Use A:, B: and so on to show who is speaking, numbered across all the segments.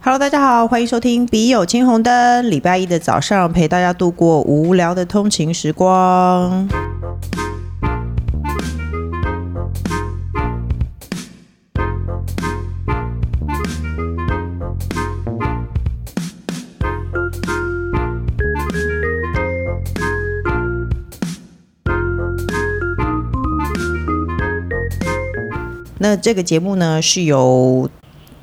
A: Hello，大家好，欢迎收听《笔友青红灯》，礼拜一的早上陪大家度过无聊的通勤时光。那这个节目呢，是由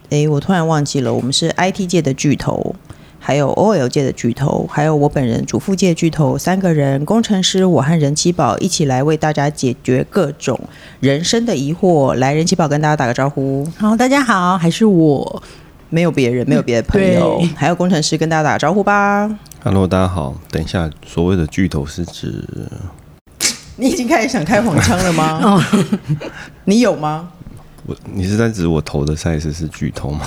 A: 诶，我突然忘记了，我们是 IT 界的巨头，还有 OL 界的巨头，还有我本人主妇界的巨头，三个人，工程师我和人气宝一起来为大家解决各种人生的疑惑。来，人气宝跟大家打个招呼，
B: 好，大家好，还是我。
A: 没有别人，没有别的朋友
B: 嗯对，
A: 还有工程师跟大家打个招呼吧。
C: Hello，大家好。等一下，所谓的巨头是指
A: 你已经开始想开黄腔了吗？
B: 哦，
A: 你有吗？
C: 我，你是在指我投的赛事是巨头吗？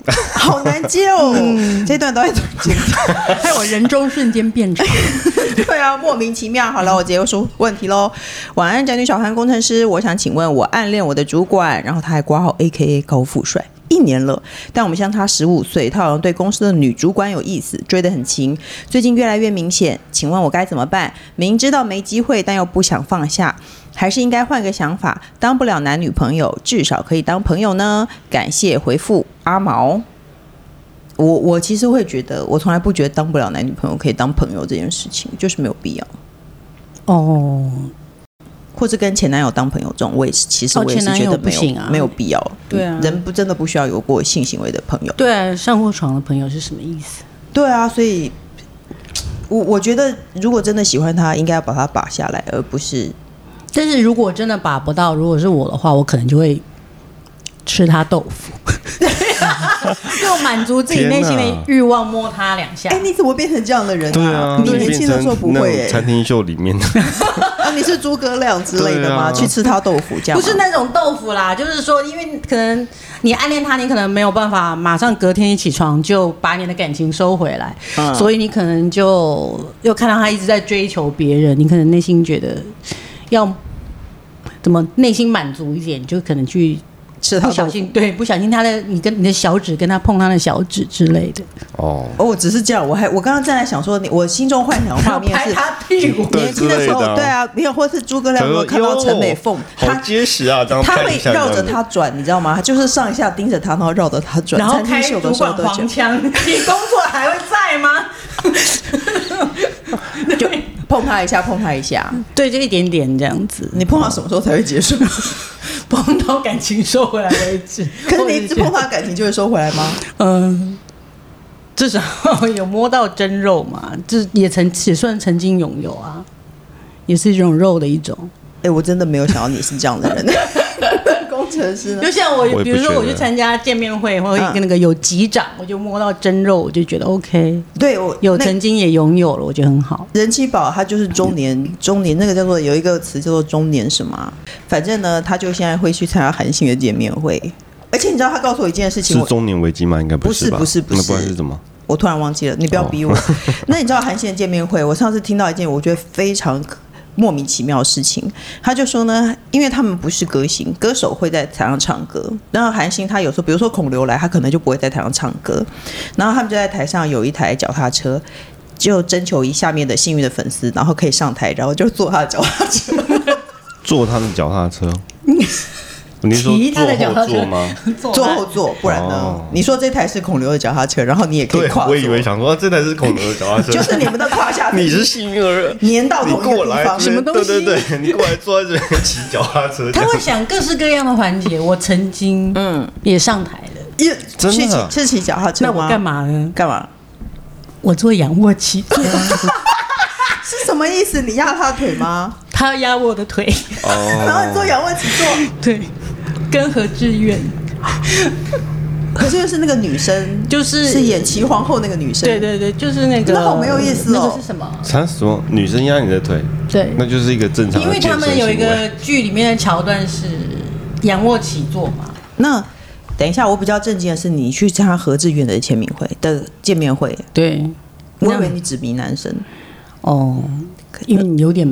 A: 好难接哦，
B: 嗯
A: 这段都在剪
B: 害我人中瞬间变长。
A: 对啊，莫名其妙。好了，我直接说问题喽。晚安，宅女小韩工程师，我想请问，我暗恋我的主管，然后他还挂号 A K A 高富帅，一年了，但我们相差十五岁，他好像对公司的女主管有意思，追得很勤，最近越来越明显。请问我该怎么办？明知道没机会，但又不想放下。还是应该换个想法，当不了男女朋友，至少可以当朋友呢。感谢回复阿毛。我我其实会觉得，我从来不觉得当不了男女朋友可以当朋友这件事情，就是没有必要。
B: 哦，
A: 或是跟前男友当朋友这种，我也是，其实
B: 哦
A: 我也是
B: 前男
A: 觉
B: 友
A: 得没
B: 不行
A: 有、
B: 啊
A: 没有必要。
B: 对啊
A: 人不真的不需要有过性行为的朋友。
B: 对啊，上过床的朋友是什么意思？
A: 对啊，所以我我觉得，如果真的喜欢他，应该要把他把下来，而不是
B: 但是如果真的把不到，如果是我的话，我可能就会吃他豆 腐，就满足自己内心
C: 天哪
B: 的欲望，摸他两下
A: 哎、。你怎么变成这样的人、
C: 对啊，
A: 你年
C: 变
A: 轻的时候不
C: 成那
A: 会、
C: 种
A: 欸
C: 餐、厅秀里面的
A: 啊？你是诸葛亮之类的吗？
C: 对 啊
A: 去吃他豆腐这样
B: 不
A: 吗？
B: 是那种豆腐啦，就是说，因为可能你暗恋他，你可能没有办法马上隔天一起床就把你的感情收回来，
A: 嗯
B: 所以你可能就又看到他一直在追求别人，你可能内心觉得要怎么内心满足一点，就可能去
A: 吃他
B: 不
A: 豆
B: 小
A: 腐。
B: 心对不小心他的你跟你的小指跟他碰他的小指之类 的，
C: 哦，
A: 哦，我只是这样，我还我刚刚正在想说你，我心中幻想的画面
B: 拍
A: 是。
B: 他屁股。
C: 对
A: 年轻的时候
C: 之类，的啊
A: 对啊，没有，或是诸葛亮有没有看到陈美凤，
C: 好
A: 他
C: 结实啊，这样
A: 他
C: 拍
A: 会
C: 一下
A: 绕着
C: 这样
A: 他转，你知道吗？他就是上下盯着他，然后绕着他转。
B: 然后
A: 餐厅
B: 开
A: 秀
B: 主
A: 的时候
B: 管
A: 都这
B: 黄
A: 样
B: 腔，你工作还会在吗？
A: 就碰他一下，碰他一下。
B: 对，就一点点这样子。
A: 你碰到什么时候才会 结束？
B: 碰到感情收回来为止。
A: 可是你一直碰
B: 到，
A: 他，感情就会收回来吗？
B: 嗯、至少有摸到真肉嘛，这也曾也算曾经拥有啊，也是一种肉的一种。
A: 哎、我真的没有想到你是这样 的人。 工程师呢
B: 就？像我
C: 也，不
B: 比如说
C: 觉
B: 我去
C: 得
B: 参加见面会，或
A: 嗯
B: 者那个有击掌，我就摸到真肉，我就觉得 OK，
A: 对我
B: 有
A: 那
B: 曾经也拥有了，我觉得很好。
A: 人气宝，他就是中年中年那个叫做有一个词叫做中年什么啊、反正呢，他就现在会去参加韩信的见面会。而且你知道他告诉我一件事情，
C: 是
A: 我
C: 中年危机吗？应该是吧？
A: 不是不是不是
C: 那不然是什么？
A: 我突然忘记了，你不
C: 哦
A: 要逼我。 那你知道韩信的见面会？我上次听到一件我觉得非常莫名其妙的事情，他就说呢，因为他们不是歌星，歌手会在台上唱歌，然后韩信他有时候，比如说孔刘来，他可能就不会在台上唱歌，然后他们就在台上有一台脚踏车。就征求一下面的幸运的粉丝，然后可以上台，然后就坐他的脚踏车。
C: 坐他的脚踏 车？你是说
B: 骑他的脚
C: 坐
B: 踏
C: 后
B: 车
C: 座 吗？
A: 坐后座，不然呢？
C: 哦
A: 你说这台是孔刘的脚踏车，然后你也可以
C: 对
A: 跨，坐，
C: 我以为想说啊这台是孔德的脚踏车，
A: 就是你们都胯下
C: 你是幸运儿，
A: 粘到同
C: 你
A: 一个
C: 过
A: 地
C: 来
A: 方，
C: 这
B: 什么
C: 边，
B: 东西
C: 对对对，你过来坐在这边骑脚踏车，
B: 他会想各式各样的环节，我曾经嗯也上台了，
A: 一
C: 真的啊
A: 是骑脚踏车
B: 那
A: 吗？
B: 我干？嘛呢？
A: 干嘛？
B: 我做仰卧起坐，
A: 是什么意思？你压他腿吗？
B: 他压我的腿。
A: 然后你
C: 哦，
A: 做仰卧起坐，
B: 对，跟何志远
A: 可是就是那个女生，
B: 就是
A: 是演齐皇后那个女生，
B: 对，对对，就是那个
A: 那好没有意思哦
B: 那个是什么？
C: 他什么女生压你的腿，
B: 对，
C: 那就是一个正常的
B: 因为
C: 健
B: 他
C: 身行为。
B: 们有一个剧里面的桥段是仰卧起坐嘛，
A: 那。等一下，我比较震惊的是，你去参加何志远的签名会的见面会，
B: 对，
A: 我以为你只迷男生，
B: 哦，因为你有点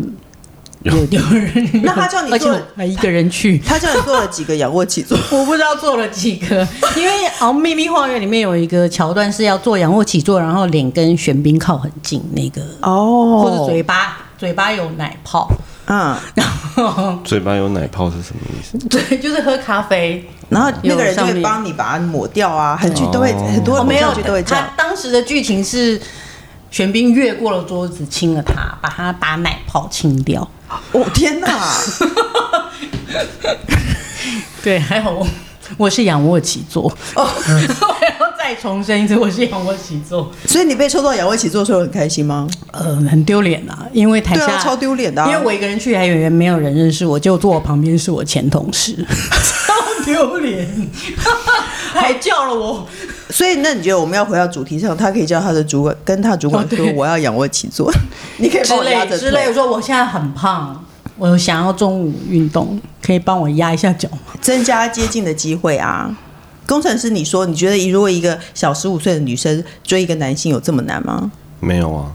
B: 有有人，
A: 那他叫你
B: 而且
A: 做
B: 我还一个人去，
A: 他叫你做了几个仰卧起坐？
B: 我不知道做了几个，因为哦，《秘密花园》里面有一个桥段是要做仰卧起坐，然后脸跟玄彬靠很近，那个
A: 哦
B: 或者嘴巴嘴巴有奶泡，
A: 嗯，
B: 然后
C: 嘴巴有奶泡是什么意思？
B: 对，就是喝咖啡。
A: 然后那个人就
B: 有上
A: 会
B: 面
A: 帮你把它抹掉啊，很剧
C: 哦
A: 都会很多
B: 哦，没
A: 偶
B: 有
A: 像剧都会，这
B: 他
A: 样。
B: 当时的剧情是玄彬越过了桌子亲了他，把他把奶泡清掉。
A: 我、哦、天哪！
B: 对，还好我我是仰卧起坐，
A: 嗯
B: 哦， 我要再重申一次，我是仰卧起坐。
A: 所以你被抽到仰卧起坐的时候很开心吗？
B: 呃，很丢脸啊，因为台
A: 对
B: 下、
A: 啊，超丢脸的、啊。
B: 因为我一个人去，还远远没有人认识我，就坐我旁边是我前同事， 超丢脸， 还叫了我。
A: 所以那你觉得我们要回到主题上，他可以叫他的主管跟他主管
B: 哦
A: 说
B: 对
A: 我要仰卧起坐， 你可以
B: 之
A: 帮我压
B: 类
A: 着
B: 之类。
A: 腿。
B: 我
A: 啊
B: 说我现在很胖，我想要中午运动，可以帮我压一下脚吗？
A: 增加接近的机会啊。工程师，你说你觉得如果一个小十五岁的女生追一个男性有这么难吗？
C: 没有啊，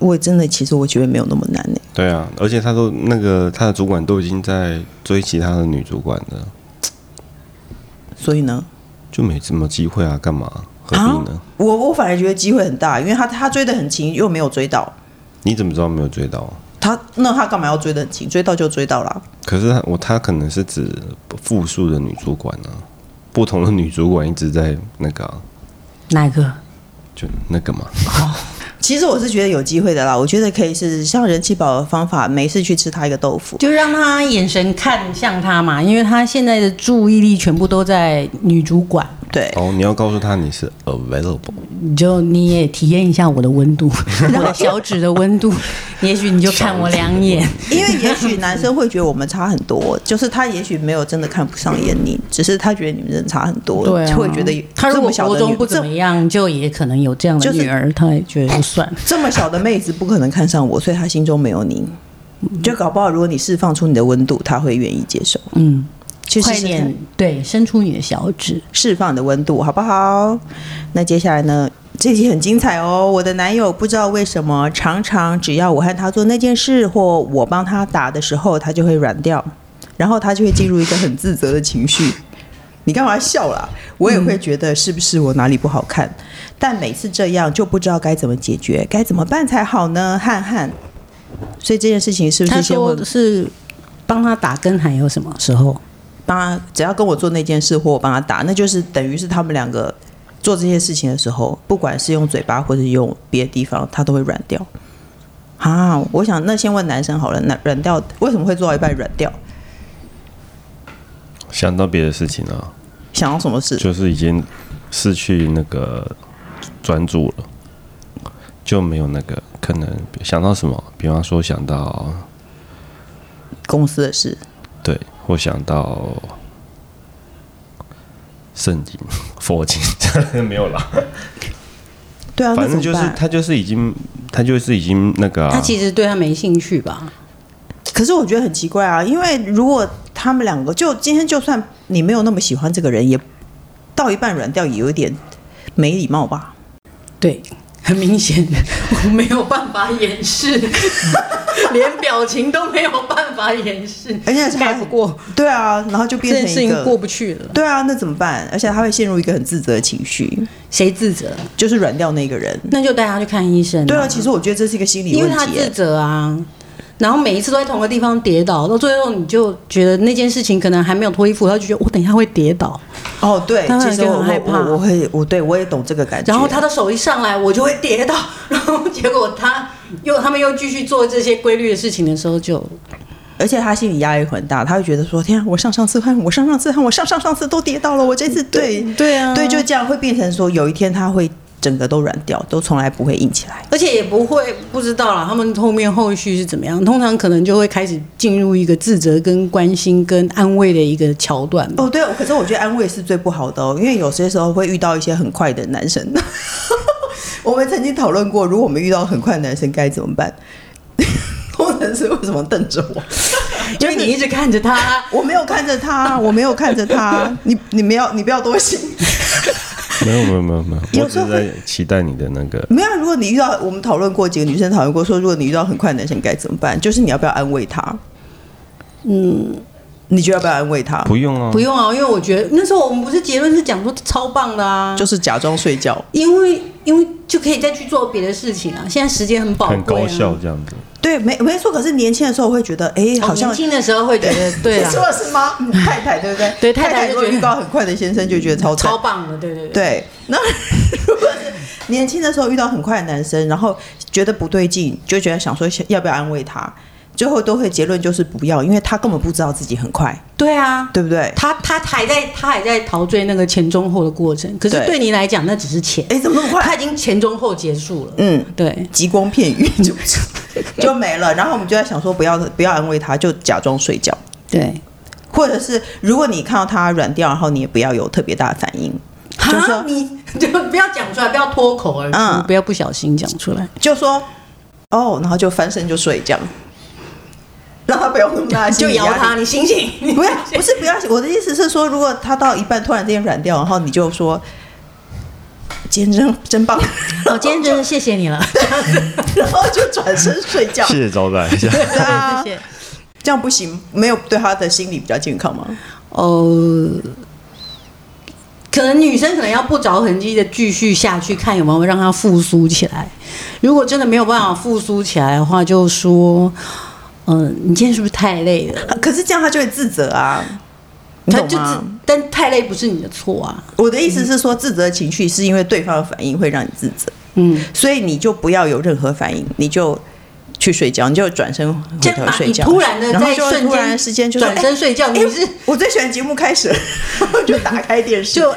A: 我真的其实我觉得没有那么难呢、欸
C: 对啊，而且他都那个他的主管都已经在追其他的女主管了，
A: 所以呢，啊
C: 就没什么机会啊，干嘛？何必
B: 啊
C: 呢？
A: 我我反而觉得机会很大，因为他他追得很勤，又没有追到
C: 你怎么知道没有追到？
A: 他，那他干嘛要追得很勤？追到就追到啦。
C: 可是他我他可能是指复数的女主管啊，不同的女主管一直在那个啊、
B: 哪一个？
C: 就那个嘛，
A: 其实我是觉得有机会的啦，我觉得可以是像人气宝的方法，没事去吃他一个豆腐。
B: 就让他眼神看向他嘛，因为他现在的注意力全部都在女主管，
A: 对，
C: 哦，你要告诉他你是 available，
B: 你就你也体验一下我的温 度，我的小指的温度，也许你就看我两眼。
A: 因为也许男生会觉得我们差很多，就是他也许没有真的看不上眼你，只是他觉得你们真的差很多，
B: 对、啊，
A: 就会觉得
B: 他如
A: 这
B: 果
A: 么小
B: 国
A: 的女
B: 中不怎
A: 这
B: 么样，就也可能有这样的
A: 就是
B: 女儿，他也觉得就算了。
A: 这么小的妹子不可能看上我，所以她心中没有你。就搞不好，如果你释放出你的温度，她会愿意接受。
B: 嗯，
A: 去试
B: 快
A: 试
B: 点
A: 看，
B: 对，伸出你的小指。
A: 释放你的温度，好不好？那接下来呢？这集很精彩哦！我的男友不知道为什么，常常只要我和他做那件事或我帮他打的时候，他就会软掉，然后他就会进入一个很自责的情绪。你干嘛笑啦？我也会觉得是不是我哪里不好看，但每次这样就不知道该怎么解决，该怎么办才好呢？汉汉，所以这件事情是不
B: 他
A: 是先问
B: 说是帮他打跟还有什么时候？
A: 帮他，只要跟我做那件事或我帮他打，那就是等于是他们两个做这些事情的时候，不管是用嘴巴或者用别的地方，他都会软掉。啊，我想那先问男生好了，那软掉为什么会做到一半软掉？
C: 想到别的事情啊，
A: 想要什么事？
C: 就是已经失去那个专注了，就没有那个可能想到什么，比方说想到
A: 公司的事，
C: 对，或想到圣经、佛经， 没有啦，
A: 对啊，那
C: 反
A: 怎
C: 正就
A: 么
C: 是
A: 办？
C: 他就是已经他就是已经那个、啊，
B: 他其实对他没兴趣吧？
A: 可是我觉得很奇怪啊，因为如果他们两个就今天就算你没有那么喜欢这个人，也到一半软掉也有一点没礼貌吧？
B: 对，很明显， 我没有办法掩 饰，连表情都没有办法掩饰，
A: 而且是他
B: 盖不过，
A: 对啊，然后就
B: 这
A: 变
B: 件
A: 成
B: 事
A: 一
B: 情
A: 个
B: 过不去了。
A: 对啊，那怎么办？而且他会陷入一个很自责的情绪，
B: 谁自责？
A: 就是软掉那个人。
B: 那就带他去看医生、
A: 对啊，其实我觉得这是一个心理
B: 因
A: 问
B: 为他
A: 题
B: 自
A: 耶。
B: 责啊，然后每一次都在同个地方跌倒，到最后你就觉得那件事情可能还没有脱衣服，他就觉得我等一下会跌倒，
A: 哦，对，
B: 当然
A: 其实
B: 就
A: 我
B: 很害
A: 我
B: 怕
A: 我我会，我对我也懂这个感觉。
B: 然后他的手一上来，我就会跌倒，然后结果他又他们又继续做这些规律的事情的时候就
A: 而且他心理压力很大，他会觉得说：“天啊，我上上次和我上上次和我上上上次都跌到了，我这次对
B: 对啊
A: 对，就这样会变成说，有一天他会整个都软掉，都从来不会硬起来。
B: 而且也不会不知道啦，他们后面后续是怎么样？通常可能就会开始进入一个自责、跟关心、跟安慰的一个桥段吧。
A: 哦，对，可是我觉得安慰是最不好的哦，因为有些时候会遇到一些很快的男生。 我们曾经讨论过，如果我们遇到很快的男生该怎么办？ 工程师为什么瞪着我？
B: 因为你一直看着他，
A: 我没有看着他，我没有看着他，你你不要你不要多心。
C: 没有没有没有没有，
A: 有
C: 我
A: 时
C: 只
A: 候
C: 是在期待你的那个
A: 没有啊，如果你遇到我们讨论过几个女生讨论过说，如果你遇到很快的男生该怎么办？就是你要不要安慰他？嗯，你嗯就要不要安慰他？
C: 不用啊，
B: 不用啊，因为我觉得那时候我们不是结论是讲说超棒的啊，
A: 就是假装睡觉。
B: 因为因为就可以再去做别的事情啊。现在时间很宝贵、啊，
C: 很高效这样子。
A: 对，没没错。可是年轻的时候会觉得，哎，
B: 哦
A: 好像
B: 年轻的时候会觉 得对
A: 你
B: 啊，
A: 说的是吗？嗯太太对不 对？
B: 对
A: 太
B: 太太就
A: 如果
B: 觉得
A: 遇到很快的先生，就觉得超赞
B: 超棒的，对对对。
A: 对。那 如果是年轻的时候遇到很快的男生，然后觉得不对劲，就觉得想说要不要安慰他，最后都会结论就是不要，因为他根本不知道自己很快，
B: 对啊，
A: 对不对？
B: 他他还在他还在陶醉那个前中后的过程，可是
A: 对
B: 对你来讲那只是前，
A: 哎，怎么那么
B: 他
A: 快？
B: 已经前中后结束了。
A: 嗯，
B: 对，
A: 极光片语就 就没了。然后我们就在想说，不要不要安慰他，就假装睡觉，
B: 对，
A: 或者是如果你看到他软掉，然后你也不要有特别大的反应。就
B: 哈
A: 说
B: 你就不要讲出来，不要脱口而出，
A: 嗯
B: 不要不小心讲出来，
A: 就说哦，然后就翻身就睡这样，让他不要那么大的心
B: 就
A: 理
B: 摇
A: 压力
B: 他，。你醒醒，你
A: 不要，不是不要，我的意思是说，如果他到一半突然之间软掉，然后你就说。今天真真棒，
B: 哦，今天真的谢谢你了，
A: 然后就转身睡觉，
C: 谢谢招待一下，
A: 对啊
B: 谢，谢。
A: 这样不行，没有对他的心理比较健康吗？
B: 哦，可能女生可能要不着痕迹的继续下去，看有没有让她复苏起来。如果真的没有办法复苏起来的话，就说，嗯、你今天是不是太累了？
A: 可是这样他就会自责啊，你
B: 她
A: 懂
B: 就只
A: 吗？
B: 但太累不是你的错啊。
A: 我的意思是说，自责情绪是因为对方的反应会让你自责，
B: 嗯，
A: 所以你就不要有任何反应，你就去睡觉，你就转身
B: 这
A: 回头
B: 样吧，
A: 睡
B: 你
A: 觉，
B: 突然的
A: 然后
B: 在
A: 就
B: 瞬
A: 突然
B: 间
A: 时间就说
B: 转身睡觉，
A: 哎
B: 你是
A: 哎我最喜欢节目开始了， 就打开电视，
B: 就哎、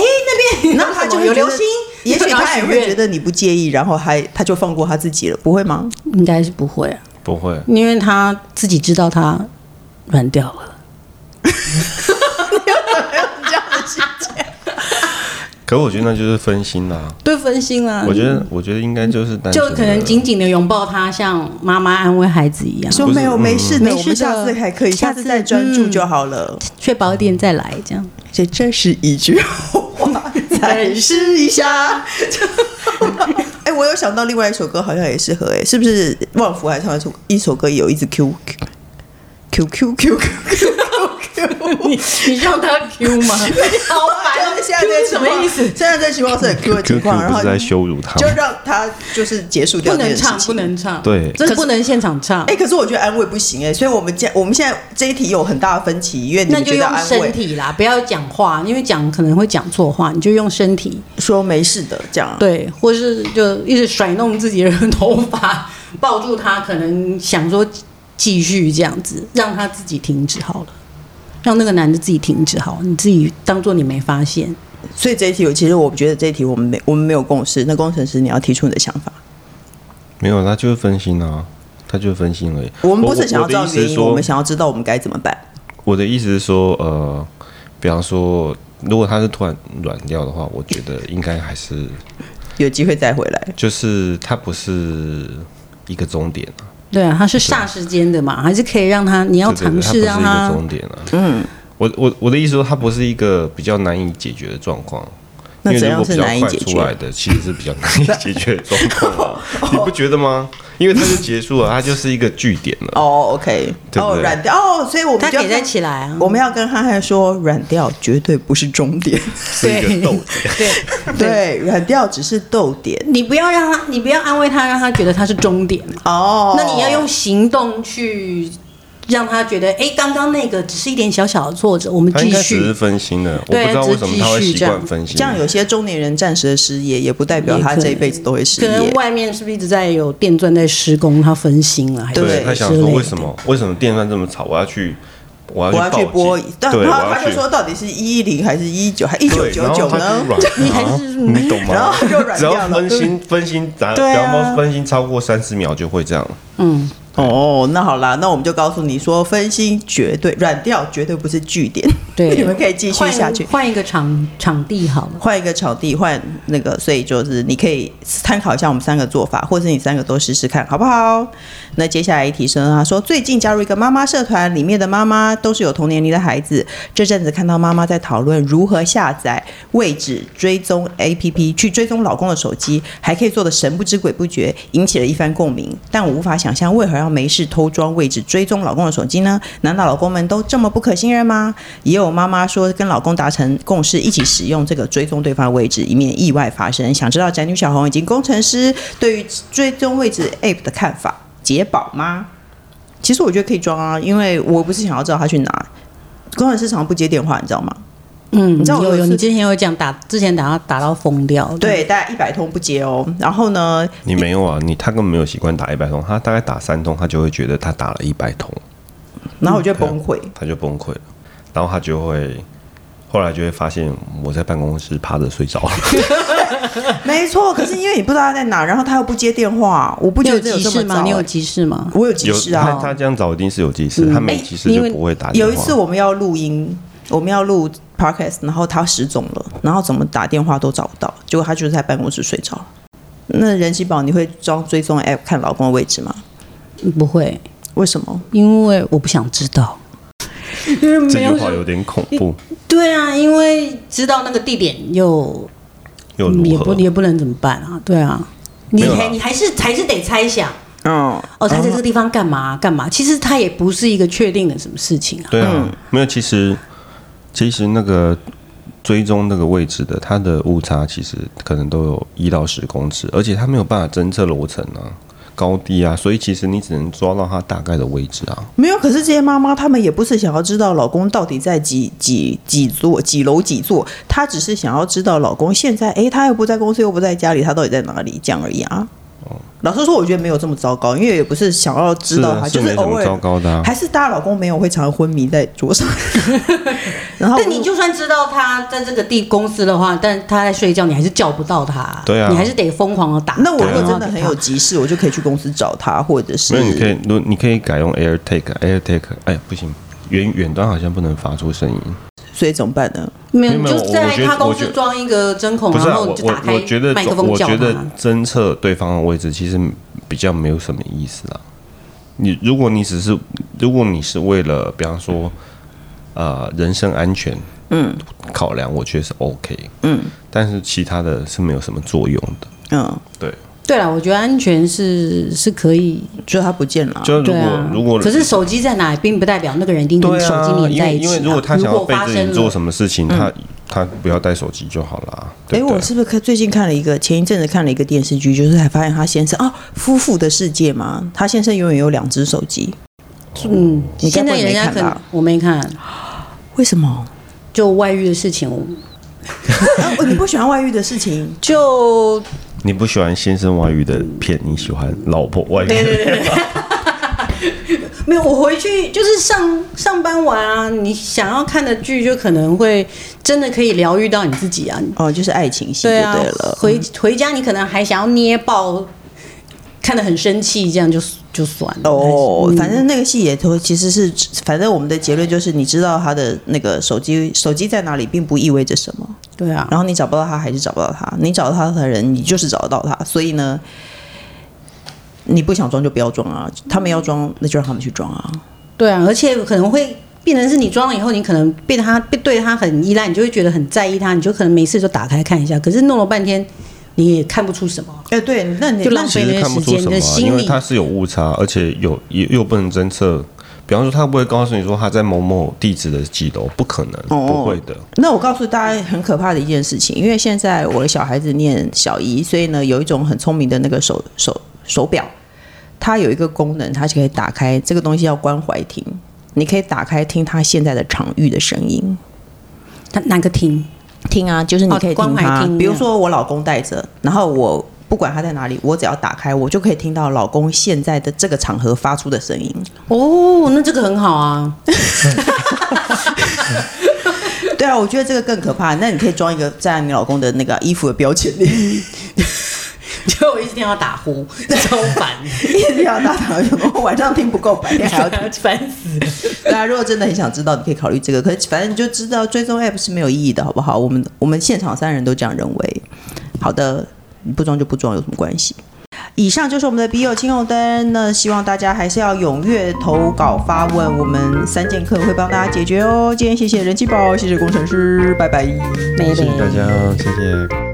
B: 那边，
A: 然后他就会
B: 有
A: 觉
B: 流
A: 得
B: 星，
A: 也许他也会觉得
B: 得
A: 你不介意，然后还他就放过他自己了，不会吗？
B: 应该是不会啊，
C: 不会，
B: 因为她自己知道她软掉了。
A: 这样的心情，
C: 可我觉得那就是分心啦。
B: 对，分心了。
C: 我觉得，我觉得应该就是
B: 嗯
C: 单
B: 就
C: 纯的
B: 可能紧紧的拥抱他，像妈妈安慰孩子一样，
A: 说没有没事的，
B: 嗯
A: 我们下次还可以，
B: 没事的
A: 下次再专注嗯就好了。
B: 睡饱一点再来 这样。
A: 这真是一句话，再试一下。 哎、我有想到另外一首歌，好像也适合哎、是不是旺福还唱了一首一首歌，有一直 Q Q Q Q Q Q Q Q。
B: 你让他 Q 吗？好
A: 就是现在
B: 这
A: 这
B: 是什么意思？
A: 现在这情况是很 Q 的情
C: QQ
A: 况，然
C: 不
A: 后
C: 是在羞辱他
A: 就
C: 吗，
A: 让他就是结束掉
B: 不
A: 这
B: 能
A: 件事
B: 唱，
A: 情。
B: 不能唱，
C: 对
B: 这不能现场唱
A: 哎、，可是我觉得安慰不行哎、所以我们现我们现在这一题有很大的分歧，因为你
B: 那
A: 们
B: 就
A: 觉得
B: 用
A: 安
B: 身
A: 慰
B: 体啦，不要讲话，因为讲可能会讲错话，你就用身体，
A: 说没事的这样，
B: 对，或是就一直甩弄自己的头发，抱住他，可能想说继续这样子，让他自己停止好了。让那个男的自己停止好，你自己当做你没发现。
A: 所以这一题我其实我觉得这一题我们没我们没有共识。那工程师你要提出你的想法，
C: 没有，他就是分心啊，他就是分心而已。
A: 我们不是想要知
C: 我
A: 道
C: 的意思
A: 原
C: 是
A: 因，
C: 说
A: 我们想要知道我们该怎么办。
C: 我的意思是说，呃，比方说，如果他是突然软掉的话，我觉得应该还是
A: 有机会再回来，
C: 就是他不是一个终点啊，
B: 对啊，他是霎时间的嘛，还是可以让他，你要
C: 对对
B: 尝
C: 对
B: 试让
C: 他
B: 他
C: 不是一个终点啊。嗯，我我我的意思说，它不是一个比较难以解决的状况。
A: 那
C: 因为
A: 怎
C: 如
A: 样
C: 果
A: 是
C: 比较
A: 难以
C: 快
A: 解
C: 出
A: 决
C: 来的其实是比较难以解决的状 况啊，你不觉得吗？因为它就结束了，它就是一个据点了。
A: 哦，OK，
C: 对不
A: 哦，
C: 对
A: 软掉哦，所以我们
B: 他
A: 就
B: 可
A: 要
B: 以再
A: 跟
B: 起来啊。
A: 我们要跟憨憨说，软掉绝对不是终 点。
C: 是一个斗
B: 对，
A: 对，软掉只是逗点
B: 你不要让他，你不要安慰他，让他觉得他是终点嘛。
A: 哦。
B: 那你要用行动去让他觉得，哎，刚刚那个只是一点小小的挫折，我们
C: 他
B: 继
C: 应该只是
B: 续。
C: 分心了，我
B: 对
C: 不知道
B: 只
C: 为什么
B: 继
C: 他会
B: 续
C: 习
B: 这
C: 惯
B: 样
C: 分心。
A: 这样，有些中年人暂时的失业，也不代表
B: 也
A: 他
B: 可
A: 这一
B: 能
A: 辈子都会失
B: 可能
A: 业。
B: 外面是不是一直在有电钻在施工，他分心了，还是
A: 对
C: 对他想说为什
B: 么？
C: 么为什么电扇这么吵？我要去，我
A: 我要
C: 要
A: 去
C: 去
A: 播
C: 报
A: 一
C: 警，。
A: 但
C: 对，我
A: 他
C: 要
A: 他就
C: 去。
A: 说到底是一一零还是一九还一九
C: 对，
A: 九
C: 然后
A: 九
C: 他
A: 呢
C: 就？软
B: 你还
C: 然后
B: 是
C: 你懂吗？
A: 然后就软
C: 只
A: 掉
C: 要
A: 了
C: 分 心分心，然
A: 对啊
C: 然后分心超过三十秒就会这样。
B: 嗯，
A: 哦，那好啦，那我们就告诉你说，分心绝对软掉，绝对不是据点。
B: 对，
A: 你们可以继续下去
B: 换换一个场场地好了。
A: 换一个场地，换那个，所以就是你可以参考一下我们三个做法，或是你三个都试试看，好不好？那接下来一题是呢，他说最近加入一个妈妈社团，里面的妈妈都是有同年龄的孩子。这阵子看到妈妈在讨论如何下载位置追踪 APP 去追踪老公的手机，还可以做的神不知鬼不觉，引起了一番共鸣。但我无法想象为何要没事偷装位置追踪老公的手机呢？难道老公们都这么不可信任吗？也有妈妈说跟老公达成共识，一起使用这个追踪对方的位置，以免意外发生。想知道宅女小红以及工程师对于追踪位置 App 的看法，解宝吗？其实我觉得可以装啊，因为我不是想要知道他去哪。工程师常常不接电话，你知道吗？你
B: 嗯，
A: 知道我有
B: 有
A: 一
B: 有，
A: 次
B: 你之前有讲打，之前打到打到疯掉。
A: 对，大概一百通不接哦。然后呢，
C: 你没有啊？你他根本没有习惯打一百通，他大概打三通，他就会觉得他打了一百通，
A: 然后我就会崩溃。
C: 他就崩溃了，然后他就会后来就会发现我在办公室趴着睡着了。
A: 没错，可是因为你不知道他在哪，然后他又不接电话，我不
B: 你
A: 觉
B: 有
A: 得这
B: 急
A: 这
B: 事
A: 么糟、欸
B: 吗？你有急事吗？
A: 我有急
C: 有
A: 事啊嗯哎
C: 他。他这样找一定是有技师，他没技师
A: 因
C: 就
A: 为
C: 不会打电
A: 有
C: 话。
A: 一次我们要录音，我们要录 podcast，然后他失踪了，然后怎么打电话都找不到，结果他就是在办公室睡着了。那人气宝，你会装追踪 app 看老公的位置吗？嗯
B: 不会，
A: 为什么？
B: 因为我不想知道。因为
C: 这
B: 没
C: 句
B: 有
C: 话有点恐怖，
B: 对啊，因为知道那个地点又
C: 又
B: 也
C: 如
B: 不
C: 何？
B: 也不能怎么办啊？对啊，你
C: 没有啦
B: 还你还是还是得猜想
A: 嗯，
B: 哦，他在这个地方干嘛干嘛？其实他也不是一个确定的什么事情啊。
C: 对
A: 嗯
C: 啊，没有。其实其实那个追踪那个位置的，它的误差其实可能都有一到十公尺，而且它没有办法侦测楼层啊、高低啊，所以其实你只能抓到它大概的位置啊。
A: 没有。可是这些妈妈她们也不是想要知道老公到底在几几几座几楼几座，她只是想要知道老公现在诶，他又不在公司又不在家里，他到底在哪里，这样而已啊。
C: 哦
A: 老实说，我觉得没有这么糟糕，因为也不是想要知道他，
C: 啊，是
A: 就
C: 没
A: 是
C: 什
A: 偶
C: 么
A: 尔
C: 糟糕的啊。
A: 还是大家老公没有会常昏迷在桌 上，然后
B: 但你就算知道他在这个地公司的话，但他在睡觉，你还是叫不到他。
C: 对啊
B: 你还是得疯狂的打。
A: 那我如
B: 打
A: 果
B: 电话
A: 真的
B: 给他
A: 很有急事，我就可以去公司找他，或者是
C: 没有，你可以，如你可以改用 AirTag，AirTag，哎，不行，远远端好像不能发出声音。
A: 所以怎么办呢？
B: 没有，
C: 没有
B: 你
C: 没有
B: 就在
C: 我觉得
B: 他公
C: 我觉
B: 司
C: 得
B: 装一个针孔，
C: 不是、
B: 然
C: 啊、
B: 后
C: 我
B: 你就
C: 我
B: 打开
C: 我觉得
B: 麦克风
C: 我
B: 叫
C: 觉得
B: 他。
C: 侦测对方的位置其实比较没有什么意思啊。你如果你只是如果你是为了比方说呃人身安全
A: 嗯
C: 考量，我觉得是 OK，
A: 嗯
C: 但是其他的是没有什么作用的。
A: 嗯，
C: 对，
B: 对了，我觉得安全是是可以，
A: 就他不见了啊，
C: 就如
B: 对
C: 果、
B: 啊。
C: 如果
B: 可是手机在哪里，并不代表那个人一定跟
C: 对
B: 手
C: 啊，
B: 机连
C: 因
B: 在
C: 为
B: 一起、
C: 因
B: 啊
C: 为如果他想要
B: 如
C: 背
B: 发
C: 着你
B: 生
C: 做
B: 了，嗯
C: 什么事情，他他不要带手机就好啦。
A: 哎、
C: 对不对
A: 我是不是看最近看了一个，前一阵子看了一个电视剧，就是还发现他先生哦，夫妇的世界嘛，他先生永远有两只手机，
B: 嗯，
A: 你该
B: 现
A: 不
B: 在
A: 会没
B: 人家
A: 看
B: 可能
A: 吧
B: 我没看，
A: 为什 么？
B: 就外遇的事情，我
A: 啊你不喜欢外遇的事情？
B: 就
C: 你不喜欢先生外遇的片，你喜欢老婆外遇的片
B: 没有，我回去就是上上班完啊，你想要看的剧就可能会真的可以疗愈到你自己啊，
A: 哦，就是爱情戏就
B: 对
A: 对
B: 啊，
A: 了。
B: 回回家你可能还想要捏爆，看得很生气，这样就就算
C: 嗯
B: 了。
A: 哦，反正那个戏也都其实是，反正我们的结论就是，你知道他的那个手机手机在哪里，并不意味着什么。
B: 对啊，
A: 然后你找不到他，还是找不到他；你找到他的人，你就是找得到他。所以呢，你不想装就不要装啊，他们要装那就让他们去装啊。
B: 对啊，而且可能会变成是你装了以后，你可能被他被对他很依赖，你就会觉得很在意他，你就可能没事就打开看一下，可是弄了半天你也看不出什么。
A: 哎、对，那你
B: 就
A: 那
B: 浪
C: 其
B: 费
C: 实看不出什
B: 你
C: 么、
B: 的
C: 啊，
B: 心理
C: 因为它是有误差，而且有又又不能侦测。比方说，他不会告诉你说他在某某地址的几楼，不可能，
A: 哦
C: 不会的。
A: 那我告诉大家很可怕的一件事情，因为现在我的小孩子念小一，所以呢有一种很聪明的那个手手手表，它有一个功能，它是可以打开这个东西叫关怀听，你可以打开听它现在的场域的声音。
B: 他哪个听？
A: 听啊，就是你可以
B: 哦关
A: 听
B: 怀
A: 他。
B: 听
A: 比如说我老公带着，然后我不管他在哪里，我只要打开，我就可以听到老公现在的这个场合发出的声 音。
B: 哦，那这个很好 啊。
A: 对啊，我觉得这个更可怕。那你可以装一个在你老公的那个衣服的标签里，
B: 结果我一直听到打呼，超烦，
A: 一直要大堂有什么晚上听不够，白天还要听。
B: 烦死了。
A: 大家如果真的很想知道，你可以考虑这个。可是反正你就知道追踪 app 是没有意义的，好不好？我们我们现场三人都这样认为。好的，你不装就不装，有什么关系？以上就是我们的笔友青红灯，那希望大家还是要踊跃投稿发问，我们三剑客会帮大家解决哦。今天谢谢人气宝，谢谢工程师，拜拜。
C: 谢谢大家，谢谢。